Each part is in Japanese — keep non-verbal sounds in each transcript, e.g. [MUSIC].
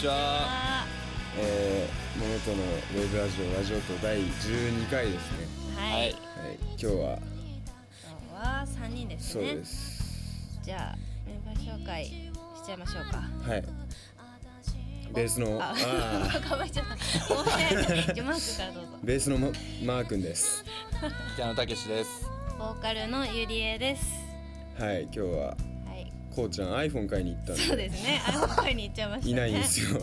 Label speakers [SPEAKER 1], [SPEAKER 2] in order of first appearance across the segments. [SPEAKER 1] ちは。
[SPEAKER 2] は
[SPEAKER 1] えー、モノトのウェブラジオラジオと第12回ですね。
[SPEAKER 2] い、今
[SPEAKER 1] はい。今日は
[SPEAKER 2] 日は三人です
[SPEAKER 1] そう
[SPEAKER 2] ね
[SPEAKER 1] です。
[SPEAKER 2] じゃあメンバー紹介しちゃいましょうか
[SPEAKER 1] [LAUGHS] はい。ベースの
[SPEAKER 2] あ
[SPEAKER 1] あー
[SPEAKER 2] かばいちゃったごめんじゃあマークからどうぞ
[SPEAKER 1] ベースのママー君です。
[SPEAKER 3] 北野武です。
[SPEAKER 2] ボーカルのゆりえです
[SPEAKER 1] はい。今日は
[SPEAKER 2] はい
[SPEAKER 1] こうちゃん iPhone 買いに行ったんで
[SPEAKER 2] そうで
[SPEAKER 1] [LAUGHS]
[SPEAKER 2] すねあの会に行っちゃいましたね
[SPEAKER 1] いないんですよ。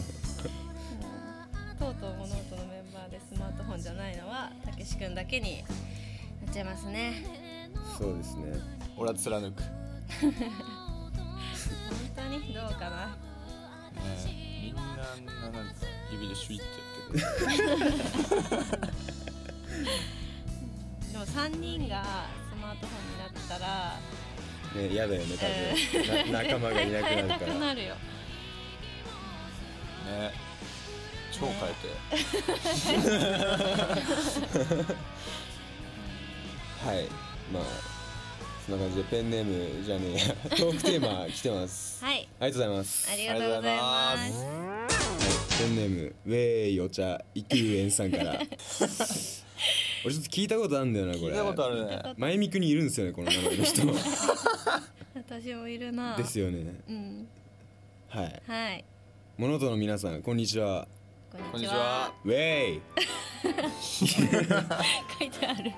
[SPEAKER 2] とうとう物音のメンバーでスマートフォンじゃないのはたけし君だけになっちゃいますね
[SPEAKER 1] そうですね。
[SPEAKER 3] 俺は貫く。
[SPEAKER 2] 本当にどうかな
[SPEAKER 3] みんなあんななんか指でシュイってやってる。
[SPEAKER 2] でも3人がスマートフォンになったら
[SPEAKER 1] ね嫌だよね多分、
[SPEAKER 2] [LAUGHS]
[SPEAKER 1] な仲間がいなく
[SPEAKER 2] 変え
[SPEAKER 1] な
[SPEAKER 2] た
[SPEAKER 1] るか
[SPEAKER 2] く
[SPEAKER 1] ら。
[SPEAKER 2] なるよ
[SPEAKER 3] ね。超変
[SPEAKER 1] [LAUGHS]
[SPEAKER 3] えて。
[SPEAKER 1] はい。まあそんな感じでペンネームじゃねえや
[SPEAKER 3] [LAUGHS]
[SPEAKER 1] トークテーマ来てます。
[SPEAKER 2] はい
[SPEAKER 1] ありがとうございます。
[SPEAKER 2] ありがとうございます
[SPEAKER 1] ペンネームウェーイお茶イキウエンさんから俺ちょっと聞いたことあるんだよなこれ
[SPEAKER 3] 聞いたことあるね。
[SPEAKER 1] 前見くにいるんですよねこの名前の人
[SPEAKER 2] 私もいるな
[SPEAKER 1] ですよね
[SPEAKER 2] うん
[SPEAKER 1] はい
[SPEAKER 2] はい
[SPEAKER 1] 物音の皆さんこんにちは
[SPEAKER 2] こ
[SPEAKER 3] こ
[SPEAKER 2] んに
[SPEAKER 3] んに
[SPEAKER 2] ちは
[SPEAKER 3] ちは。
[SPEAKER 1] ウェー
[SPEAKER 2] 書いてある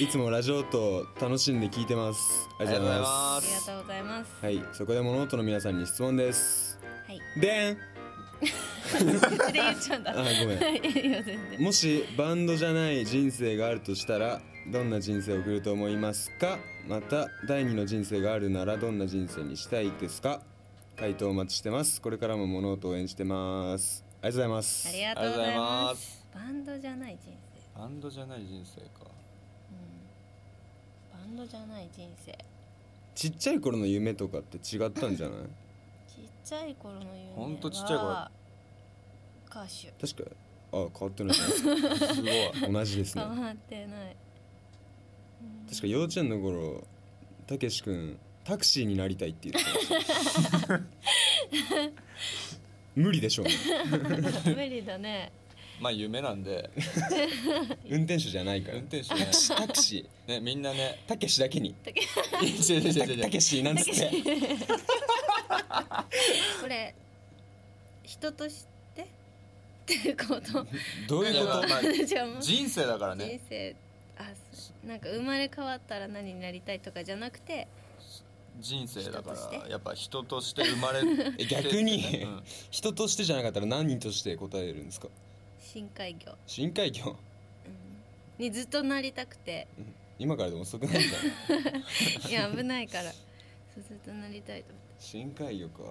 [SPEAKER 1] イいつもラジオと楽しんで聞いてますありがとうござい
[SPEAKER 2] あ
[SPEAKER 1] ま
[SPEAKER 3] あ
[SPEAKER 2] りがとうございます
[SPEAKER 1] すはいそこで物音の皆さんに質問です
[SPEAKER 2] はい
[SPEAKER 1] でん
[SPEAKER 2] 口で言っちゃうんだ
[SPEAKER 1] あごめん
[SPEAKER 2] [LAUGHS] はいいいよ全 [LAUGHS] 然
[SPEAKER 1] もしバンドじゃない人生があるとしたらどんな人生を送ると思いますかまた第二の人生があるならどんな人生にしたいですか回答お待ちしてますこれからも物音を応援してますありがとうございます
[SPEAKER 2] ありが
[SPEAKER 3] と
[SPEAKER 2] とう
[SPEAKER 3] う
[SPEAKER 2] ござ
[SPEAKER 3] ござ
[SPEAKER 2] い
[SPEAKER 3] い
[SPEAKER 2] ま
[SPEAKER 3] ますす
[SPEAKER 2] バンドじゃない人生
[SPEAKER 3] バンドじゃない人生か。
[SPEAKER 2] バンドじゃない人生
[SPEAKER 1] ちっちゃい頃の夢とかって違ったんじゃない
[SPEAKER 2] ちっちゃい頃の夢は
[SPEAKER 3] ほんとちっちゃい頃
[SPEAKER 2] 歌手
[SPEAKER 1] 確かあ変わってないじゃない
[SPEAKER 2] [LAUGHS]
[SPEAKER 1] です
[SPEAKER 3] すごい。
[SPEAKER 1] か同じですね
[SPEAKER 2] 変わってないうん
[SPEAKER 1] 確か幼稚園の頃たけし君タクシーになりたいって言ってました無理でしょうね
[SPEAKER 2] 無理だね
[SPEAKER 3] まあ夢なんで
[SPEAKER 1] 運転手じゃないから
[SPEAKER 3] 運転手
[SPEAKER 1] [LAUGHS] タ
[SPEAKER 3] ね
[SPEAKER 1] ク。シータクシー
[SPEAKER 3] ねみんなね。
[SPEAKER 1] たけしだけに
[SPEAKER 2] たけ
[SPEAKER 3] 違う違う違う違う
[SPEAKER 1] たけしなんつって
[SPEAKER 2] これ人としてっていうこと
[SPEAKER 1] どういうこ
[SPEAKER 3] いや
[SPEAKER 1] と
[SPEAKER 3] まあ
[SPEAKER 2] じゃあもう人
[SPEAKER 3] 人生だからね。
[SPEAKER 2] 生あそうなんか生まれ変わったら何になりたいとかじゃなくて
[SPEAKER 3] 人生だ
[SPEAKER 2] 人
[SPEAKER 3] か
[SPEAKER 2] として
[SPEAKER 3] らやっぱ人として生まれてってね。
[SPEAKER 1] え逆に
[SPEAKER 3] うん
[SPEAKER 1] 人としてじゃなかったら何人として答えるんですか
[SPEAKER 2] 深海魚
[SPEAKER 1] 深海魚
[SPEAKER 2] にずっとなりたくて
[SPEAKER 1] 今からでも遅くないじゃん
[SPEAKER 2] いや危ない
[SPEAKER 3] [LAUGHS]
[SPEAKER 2] からそうずっとなりたいと思って、
[SPEAKER 1] 深海魚か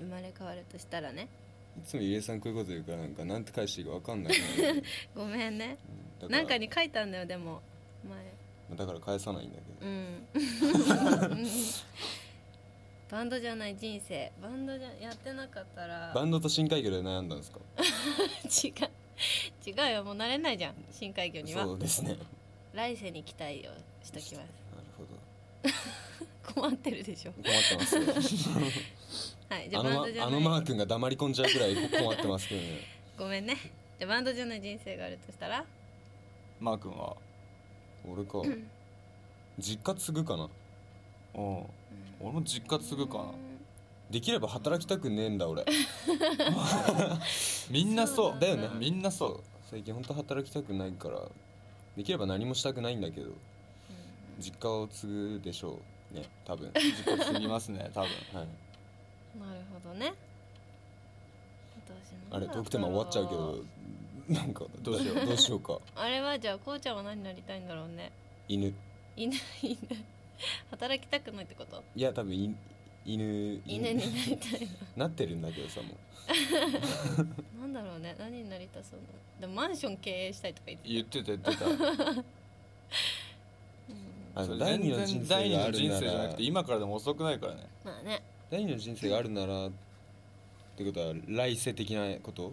[SPEAKER 2] うん、生まれ変わるとしたらね
[SPEAKER 1] いつもゆりえさんこういうこと言うからなんかなんて返していいかわかんない
[SPEAKER 2] ごめんね
[SPEAKER 1] だら
[SPEAKER 2] なんかに書いたんだよでも前
[SPEAKER 1] だから返さないんだけ
[SPEAKER 2] うんバンドじゃない人生バンドじゃやってなかった
[SPEAKER 1] ど
[SPEAKER 2] ら
[SPEAKER 1] バンドと深海魚で悩んだんですか
[SPEAKER 2] 違う違うよもう慣れないじゃん深海魚には
[SPEAKER 1] そうですねなる
[SPEAKER 2] 来世に期待をしときます
[SPEAKER 1] ほど
[SPEAKER 2] 困ってるでしょ
[SPEAKER 1] 困ってますよ
[SPEAKER 2] はいじゃあ
[SPEAKER 1] [LAUGHS] あ
[SPEAKER 2] バン
[SPEAKER 1] の
[SPEAKER 2] ドじゃ
[SPEAKER 1] あの
[SPEAKER 2] な
[SPEAKER 1] マー
[SPEAKER 2] い
[SPEAKER 1] 君が黙り込んじゃうくらい困ってますけど
[SPEAKER 2] [LAUGHS]
[SPEAKER 1] ね
[SPEAKER 2] ごめんねじゃあバンドじゃない人生があるとしたら
[SPEAKER 3] マー君は。
[SPEAKER 1] 俺か実家継ぐかな
[SPEAKER 3] うん。俺も実家継ぐかな。
[SPEAKER 1] できれば働きたくねえんだ俺
[SPEAKER 3] みんなそう。
[SPEAKER 1] だよね
[SPEAKER 3] みんなそう。
[SPEAKER 1] 最近本当働きたくないからできれば何もしたくないんだけど実家を継ぐでしょうね多分
[SPEAKER 3] 実家継ぎますね多分。
[SPEAKER 1] はい
[SPEAKER 2] なるほどね私
[SPEAKER 1] あれ
[SPEAKER 2] 何だろ
[SPEAKER 1] トークテーマ終わっちゃうけどなんか
[SPEAKER 3] どうしよう
[SPEAKER 1] どうしようか
[SPEAKER 2] あれはじゃあこうちゃんは何になりたいんだろうね
[SPEAKER 1] 犬
[SPEAKER 2] 犬犬働きたくないってこと
[SPEAKER 1] いや多分い犬
[SPEAKER 2] 犬になりたい
[SPEAKER 1] なってるんだけどさも
[SPEAKER 2] のなんだろうね何になりたそうなでもマンション経営したいとか言って
[SPEAKER 3] 言ってた言ってた。
[SPEAKER 1] うあ
[SPEAKER 3] そ
[SPEAKER 1] の
[SPEAKER 3] れ
[SPEAKER 1] 第二の
[SPEAKER 3] 全
[SPEAKER 1] 人
[SPEAKER 3] 然
[SPEAKER 1] 生があ
[SPEAKER 3] 第
[SPEAKER 1] る
[SPEAKER 3] 二の
[SPEAKER 1] な
[SPEAKER 3] 人生じゃな
[SPEAKER 1] ら
[SPEAKER 3] くて今からでも遅くないからね
[SPEAKER 2] まあね
[SPEAKER 1] 第二の人生があるならってことは来世的なこと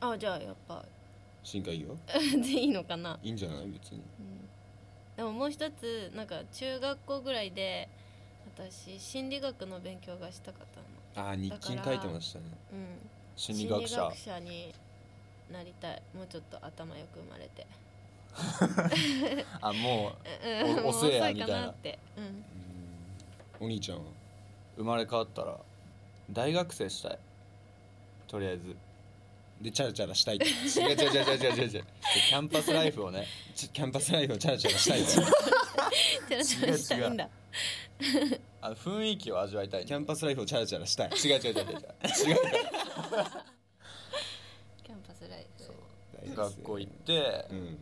[SPEAKER 3] あ
[SPEAKER 2] あじゃあやっぱ [LAUGHS]
[SPEAKER 1] 深海魚
[SPEAKER 2] でいいのかない
[SPEAKER 1] いんじゃない別に
[SPEAKER 2] うんでももう一つなんか中学校ぐらいで私心理学の勉強がしたかったの
[SPEAKER 1] あー日記に書いてましたね
[SPEAKER 2] うん、
[SPEAKER 3] 心理学者
[SPEAKER 2] になりたいもうちょっと頭よく生まれて
[SPEAKER 3] あも
[SPEAKER 2] うん [LAUGHS]
[SPEAKER 3] お
[SPEAKER 2] もう
[SPEAKER 3] 遅えや
[SPEAKER 2] 遅いかなってうん
[SPEAKER 1] お兄ちゃんは
[SPEAKER 3] う生まれ変わったら大学生したいとりあえず
[SPEAKER 1] でチャラチャラした [LAUGHS] いと
[SPEAKER 3] 違う違う違う違う違う違う違うキャンパスライフをね
[SPEAKER 1] ちキャンパスライフをチャラチャラ [LAUGHS] したいと
[SPEAKER 2] チャラチャラしたいんだ
[SPEAKER 3] あの雰囲気を味わいたい
[SPEAKER 1] キャンパスライフをチャラチャラ [LAUGHS] したい
[SPEAKER 3] ス違う違う違う違う違う違う
[SPEAKER 2] キャンパスライフ
[SPEAKER 3] 学校行って、
[SPEAKER 1] うん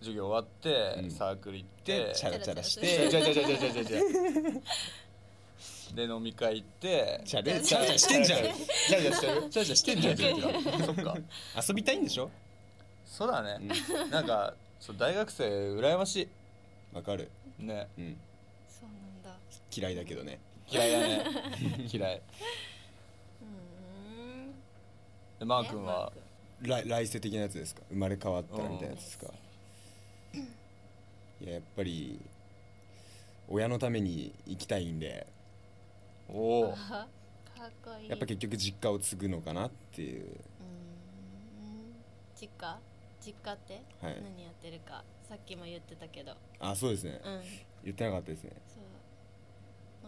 [SPEAKER 3] 授業終わって、
[SPEAKER 1] うん
[SPEAKER 3] サークル行って
[SPEAKER 1] でチャラチャラし
[SPEAKER 3] 違う
[SPEAKER 1] て
[SPEAKER 3] 違う違う違う違う違うで飲み会行って
[SPEAKER 1] チャラチャラしてんじゃんチ
[SPEAKER 3] チャラチャラしてる
[SPEAKER 1] ャラチャラしてんじゃん
[SPEAKER 3] チャラチャラしてるそっか
[SPEAKER 1] 遊びたいんでしょ
[SPEAKER 3] そうだね、なんかそう大学生羨まし
[SPEAKER 1] わかる
[SPEAKER 3] いね
[SPEAKER 1] うん
[SPEAKER 2] そうなんだ
[SPEAKER 1] 嫌いだけどね
[SPEAKER 3] 嫌いだ [LAUGHS] ね嫌い
[SPEAKER 2] うん
[SPEAKER 3] でマー君は
[SPEAKER 1] 来来世的なやつですか生まれ変わったらみたいなやつですかいややっぱり親のために生きたいんで
[SPEAKER 3] お
[SPEAKER 2] お
[SPEAKER 3] お
[SPEAKER 2] かっこいい
[SPEAKER 1] やっぱ結局実家を継ぐのかなっていう
[SPEAKER 2] うん実家実家って、
[SPEAKER 1] はい
[SPEAKER 2] 何やってるかさっきも言ってたけど
[SPEAKER 1] あそうですね
[SPEAKER 2] うん
[SPEAKER 1] 言ってなかったですね
[SPEAKER 2] そ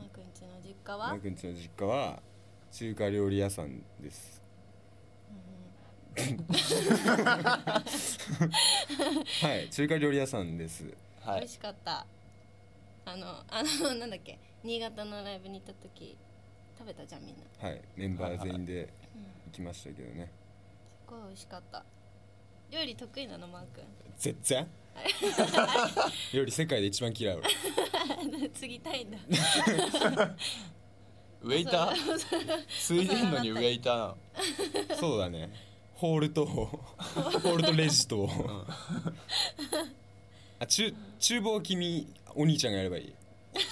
[SPEAKER 2] うマー君ちの実家は、うん
[SPEAKER 1] 僕んちの実家は中華料理屋さん [LAUGHS] ですはい中華料理屋さんです
[SPEAKER 3] は
[SPEAKER 2] 美
[SPEAKER 3] い
[SPEAKER 2] 味しかったあのあの [LAUGHS] なんだっけ新潟のライブに行った時食べたじゃんみんな
[SPEAKER 1] はいメンバー全員で
[SPEAKER 2] うん
[SPEAKER 1] 行きましたけどね
[SPEAKER 2] すごい美味しかった料理得意なのマー君
[SPEAKER 1] 全 [LAUGHS] 然料理世界で一番嫌い俺
[SPEAKER 2] [LAUGHS] 継ぎたいんだ
[SPEAKER 3] ウェイターついでんのにウェイターなの
[SPEAKER 1] そうだねホール [LAUGHS] とホールとレジとあちゅ厨房君お兄ちゃんがやればいい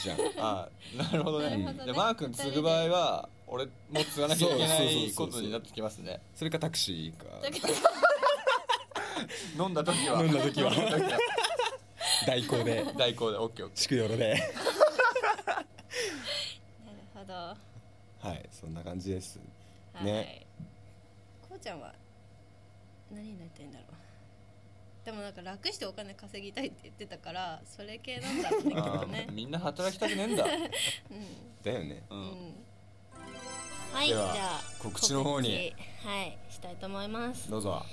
[SPEAKER 1] じゃん
[SPEAKER 3] あなるほど
[SPEAKER 2] な
[SPEAKER 1] るほど
[SPEAKER 3] ね
[SPEAKER 2] ね
[SPEAKER 3] でマー君継ぐ場合は俺も継がなきゃいけな
[SPEAKER 1] そうそうそう
[SPEAKER 3] い
[SPEAKER 1] そう
[SPEAKER 3] ことになってきますね
[SPEAKER 1] それかタクシーか
[SPEAKER 2] [LAUGHS]
[SPEAKER 3] 飲んだ時は
[SPEAKER 1] 飲んだ時は
[SPEAKER 3] 飲んだ時 [LAUGHS] は
[SPEAKER 1] 代行 [LAUGHS] で
[SPEAKER 3] 代行でオッケーオッケ
[SPEAKER 1] 宿よろで
[SPEAKER 2] なるほど
[SPEAKER 1] はいそんな感じです
[SPEAKER 2] はい、
[SPEAKER 1] ね
[SPEAKER 2] こうちゃんは何になりたいんだろうでもなんか楽してお金稼ぎたいって言ってたからそれ系なんだろうねき
[SPEAKER 3] ー
[SPEAKER 2] っと
[SPEAKER 3] あ
[SPEAKER 2] ね
[SPEAKER 3] ーみんな働きたくねえんだ
[SPEAKER 1] だよね
[SPEAKER 3] う
[SPEAKER 2] うん、うんん、はいじ
[SPEAKER 1] で
[SPEAKER 2] ゃ
[SPEAKER 1] は
[SPEAKER 2] あ
[SPEAKER 1] 告知の方に
[SPEAKER 2] 告知はいしたいと思います
[SPEAKER 1] どうぞ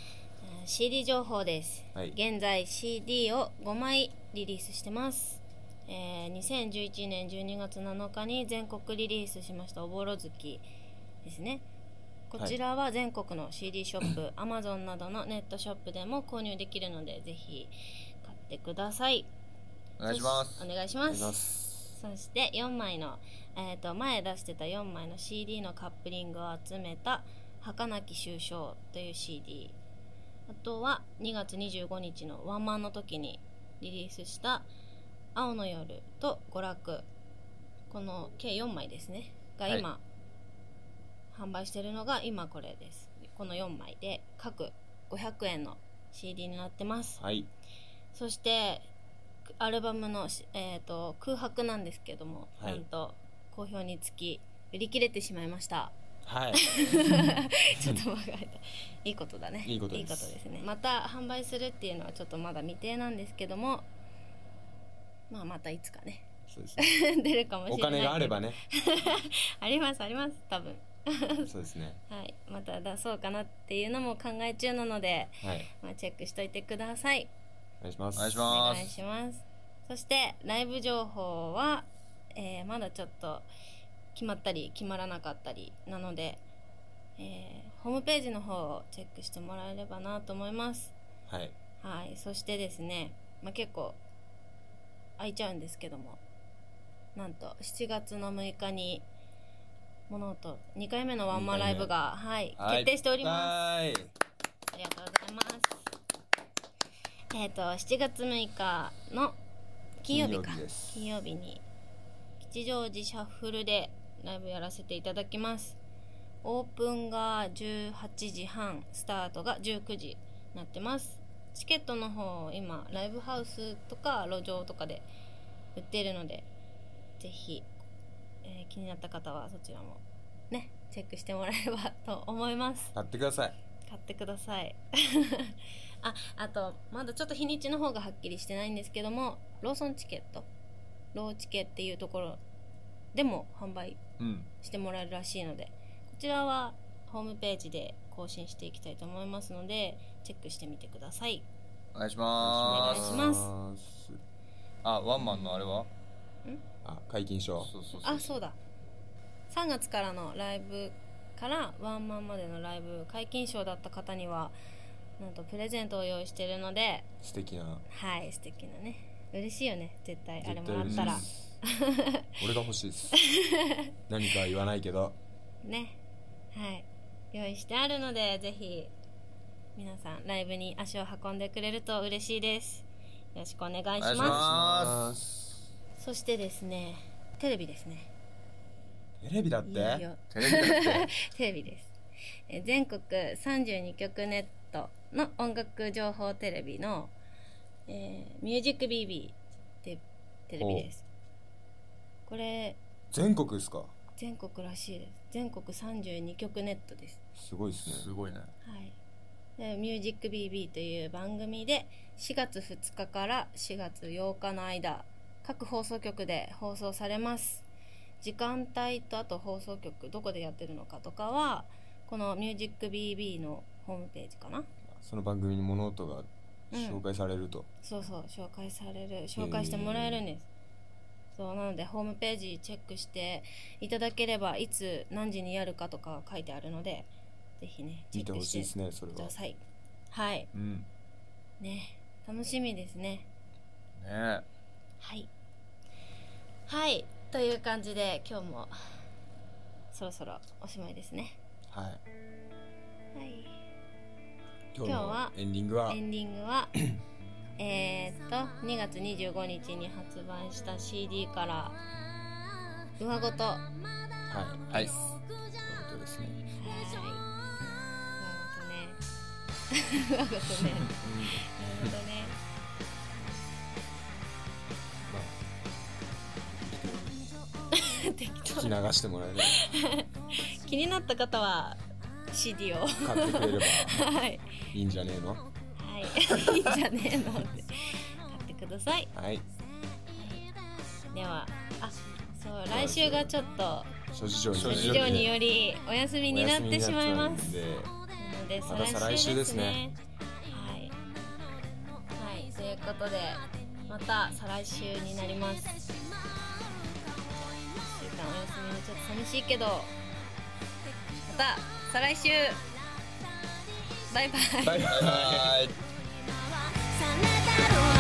[SPEAKER 2] えー CD 情報です、
[SPEAKER 1] はい
[SPEAKER 2] 現在 CD を5枚リリースしてます、えー2011年12月7日に全国リリースしました「おぼろ月」ですねこちらは全国の CD ショップ、Amazon などのネットショップでも購入できるのでぜひ買ってください
[SPEAKER 3] お願いします
[SPEAKER 2] お願いします
[SPEAKER 3] す
[SPEAKER 2] そして4枚の、えー、と前出してた4枚の CD のカップリングを集めた「儚き終章」という CD あとは2月25日のワンマンの時にリリースした「青の夜」と「娯楽」この計4枚ですねが今、販売してるのが今これですこの4枚で各500円の CD になってます
[SPEAKER 1] はい
[SPEAKER 2] そしてアルバムのし、えー、と空白なんですけども、
[SPEAKER 1] はい
[SPEAKER 2] なんと好評につき売り切れてしまい
[SPEAKER 1] [LAUGHS]
[SPEAKER 2] ました
[SPEAKER 1] はい
[SPEAKER 2] ちょっと間が空いたいいことだね
[SPEAKER 1] いいことです
[SPEAKER 2] ねまた販売するっていうのはちょっとまだ未定なんですけどもまあまたいつかね [LAUGHS]
[SPEAKER 1] そうですね
[SPEAKER 2] 出るかもしれな
[SPEAKER 1] お
[SPEAKER 2] い
[SPEAKER 1] 金があれば
[SPEAKER 2] ね [LAUGHS]
[SPEAKER 1] ね
[SPEAKER 2] ありますあります多分
[SPEAKER 1] そうですね
[SPEAKER 2] はいまた出そうかなっていうのも考え中なので、
[SPEAKER 1] はい
[SPEAKER 2] まあ、チェックしといてください
[SPEAKER 1] お願いします
[SPEAKER 3] お願いし
[SPEAKER 2] お
[SPEAKER 3] ま
[SPEAKER 2] 願い
[SPEAKER 3] す
[SPEAKER 2] しますそしてライブ情報は、えーまだちょっと決まったり決まらなかったりなので、えーホームページの方をチェックしてもらえればなと思います
[SPEAKER 1] はい
[SPEAKER 2] はいそしてですね、まあ、結構空いちゃうんですけどもなんと7月の6日に物音2回目のワンマンライブが、はい、
[SPEAKER 3] はい
[SPEAKER 2] 決定しております
[SPEAKER 1] はい
[SPEAKER 2] ありがとうございます。えっ、と7月6日の金曜日か
[SPEAKER 1] 金曜日です
[SPEAKER 2] 金曜日に吉祥寺シャッフルでライブやらせていただきます。オープンが18時半、スタートが19時になってます。チケットの方今ライブハウスとか路上とかで売っているのでぜひえー気になった方はそちらもねチェックしてもらえればと思います
[SPEAKER 1] 買ってください
[SPEAKER 2] 買ってください [LAUGHS] ああとまだちょっと日にちの方がはっきりしてないんですけどもローソンチケットローチケっていうところでも販売
[SPEAKER 3] うん
[SPEAKER 2] してもらえるらしいのでこちらはホームページで更新していきたいと思いますのでチェックしてみてください
[SPEAKER 3] お願いしま
[SPEAKER 2] お願い
[SPEAKER 3] す
[SPEAKER 2] します
[SPEAKER 1] す
[SPEAKER 3] あワンマンのあれは
[SPEAKER 1] あ解禁
[SPEAKER 3] そ
[SPEAKER 1] 賞
[SPEAKER 3] うそうそう
[SPEAKER 2] あそうだ3月からのライブからワンマンまでのライブ解禁賞だった方にはなんとプレゼントを用意してるので
[SPEAKER 1] 素敵な
[SPEAKER 2] はい素敵なね嬉しいよね絶対あれ
[SPEAKER 1] 絶対
[SPEAKER 2] もらったら
[SPEAKER 1] 嬉
[SPEAKER 2] [LAUGHS]
[SPEAKER 1] しいです俺が欲しいです何かは言わないけど
[SPEAKER 2] ねはい用意してあるのでぜひ皆さんライブに足を運んでくれると嬉しいですよろしくお願いし
[SPEAKER 3] お願いし
[SPEAKER 2] ます
[SPEAKER 3] ま
[SPEAKER 2] そしてですねテレビですね
[SPEAKER 1] テレビだって
[SPEAKER 2] いよいよ
[SPEAKER 3] テレビだって
[SPEAKER 2] テレビですえー全国32局ネットの音楽情報テレビの「えーミュージック b b ってテレビですこれ
[SPEAKER 1] 全国ですか
[SPEAKER 2] 全国らしいです全国32局ネットです
[SPEAKER 1] すごいですね
[SPEAKER 3] すごいね
[SPEAKER 2] はいで「ミュージック b b という番組で4月2日から4月8日の間各放送局で放送されます時間帯とあと放送局どこでやってるのかとかはこの「ミュージック b b のホームページかな
[SPEAKER 1] その番組に物音が
[SPEAKER 2] うん
[SPEAKER 1] 紹介されると、
[SPEAKER 2] そうそう紹介される紹介してもらえるんです、そうなのでホームページチェックしていただければいつ何時にやるかとか書いてあるのでぜひねチェ
[SPEAKER 1] 見て
[SPEAKER 2] ック
[SPEAKER 1] ほ
[SPEAKER 2] し
[SPEAKER 1] しい
[SPEAKER 2] て
[SPEAKER 1] ですねそれ
[SPEAKER 2] く
[SPEAKER 1] は
[SPEAKER 2] ださいはい
[SPEAKER 3] うんね
[SPEAKER 2] ね楽しみですね
[SPEAKER 3] え
[SPEAKER 2] はいはいという感じで今日もそろそろおしまいですね
[SPEAKER 1] はい
[SPEAKER 2] はい
[SPEAKER 1] 今日
[SPEAKER 2] 今日
[SPEAKER 1] の
[SPEAKER 2] は
[SPEAKER 1] エンディングは
[SPEAKER 2] エンディングはえーっと2月25日に発売した CD から「上ごと」はい
[SPEAKER 1] はい
[SPEAKER 3] はい
[SPEAKER 1] ということですね
[SPEAKER 2] 上ごとね上ごとね上ごとね
[SPEAKER 1] ま
[SPEAKER 2] 適
[SPEAKER 1] あ聞き
[SPEAKER 2] 当
[SPEAKER 1] 流してもらえれば
[SPEAKER 2] 気になった方は CD を
[SPEAKER 1] 買ってくれれば
[SPEAKER 2] はい
[SPEAKER 1] いいんじゃねえの
[SPEAKER 2] はい、いいんじゃねえのって買ってください。
[SPEAKER 1] はい
[SPEAKER 2] では、あ、そう来週がちょっと
[SPEAKER 1] 諸事情に
[SPEAKER 3] 諸
[SPEAKER 2] 事
[SPEAKER 3] 事
[SPEAKER 2] 情
[SPEAKER 3] 情
[SPEAKER 2] に
[SPEAKER 3] に
[SPEAKER 2] よりお休みになってしまいま
[SPEAKER 1] お休
[SPEAKER 2] す。
[SPEAKER 1] みになっちゃうんで
[SPEAKER 2] なので
[SPEAKER 1] また
[SPEAKER 2] 再
[SPEAKER 1] 再来
[SPEAKER 2] 来週
[SPEAKER 1] 週
[SPEAKER 2] で
[SPEAKER 1] ですす
[SPEAKER 2] ね
[SPEAKER 1] ね。
[SPEAKER 2] はい。はい、ということでまた再来週になります。一週間お休みのちょっと寂しいけど、また再来週。バイバイ。
[SPEAKER 3] バイバイ
[SPEAKER 4] 「さなだろう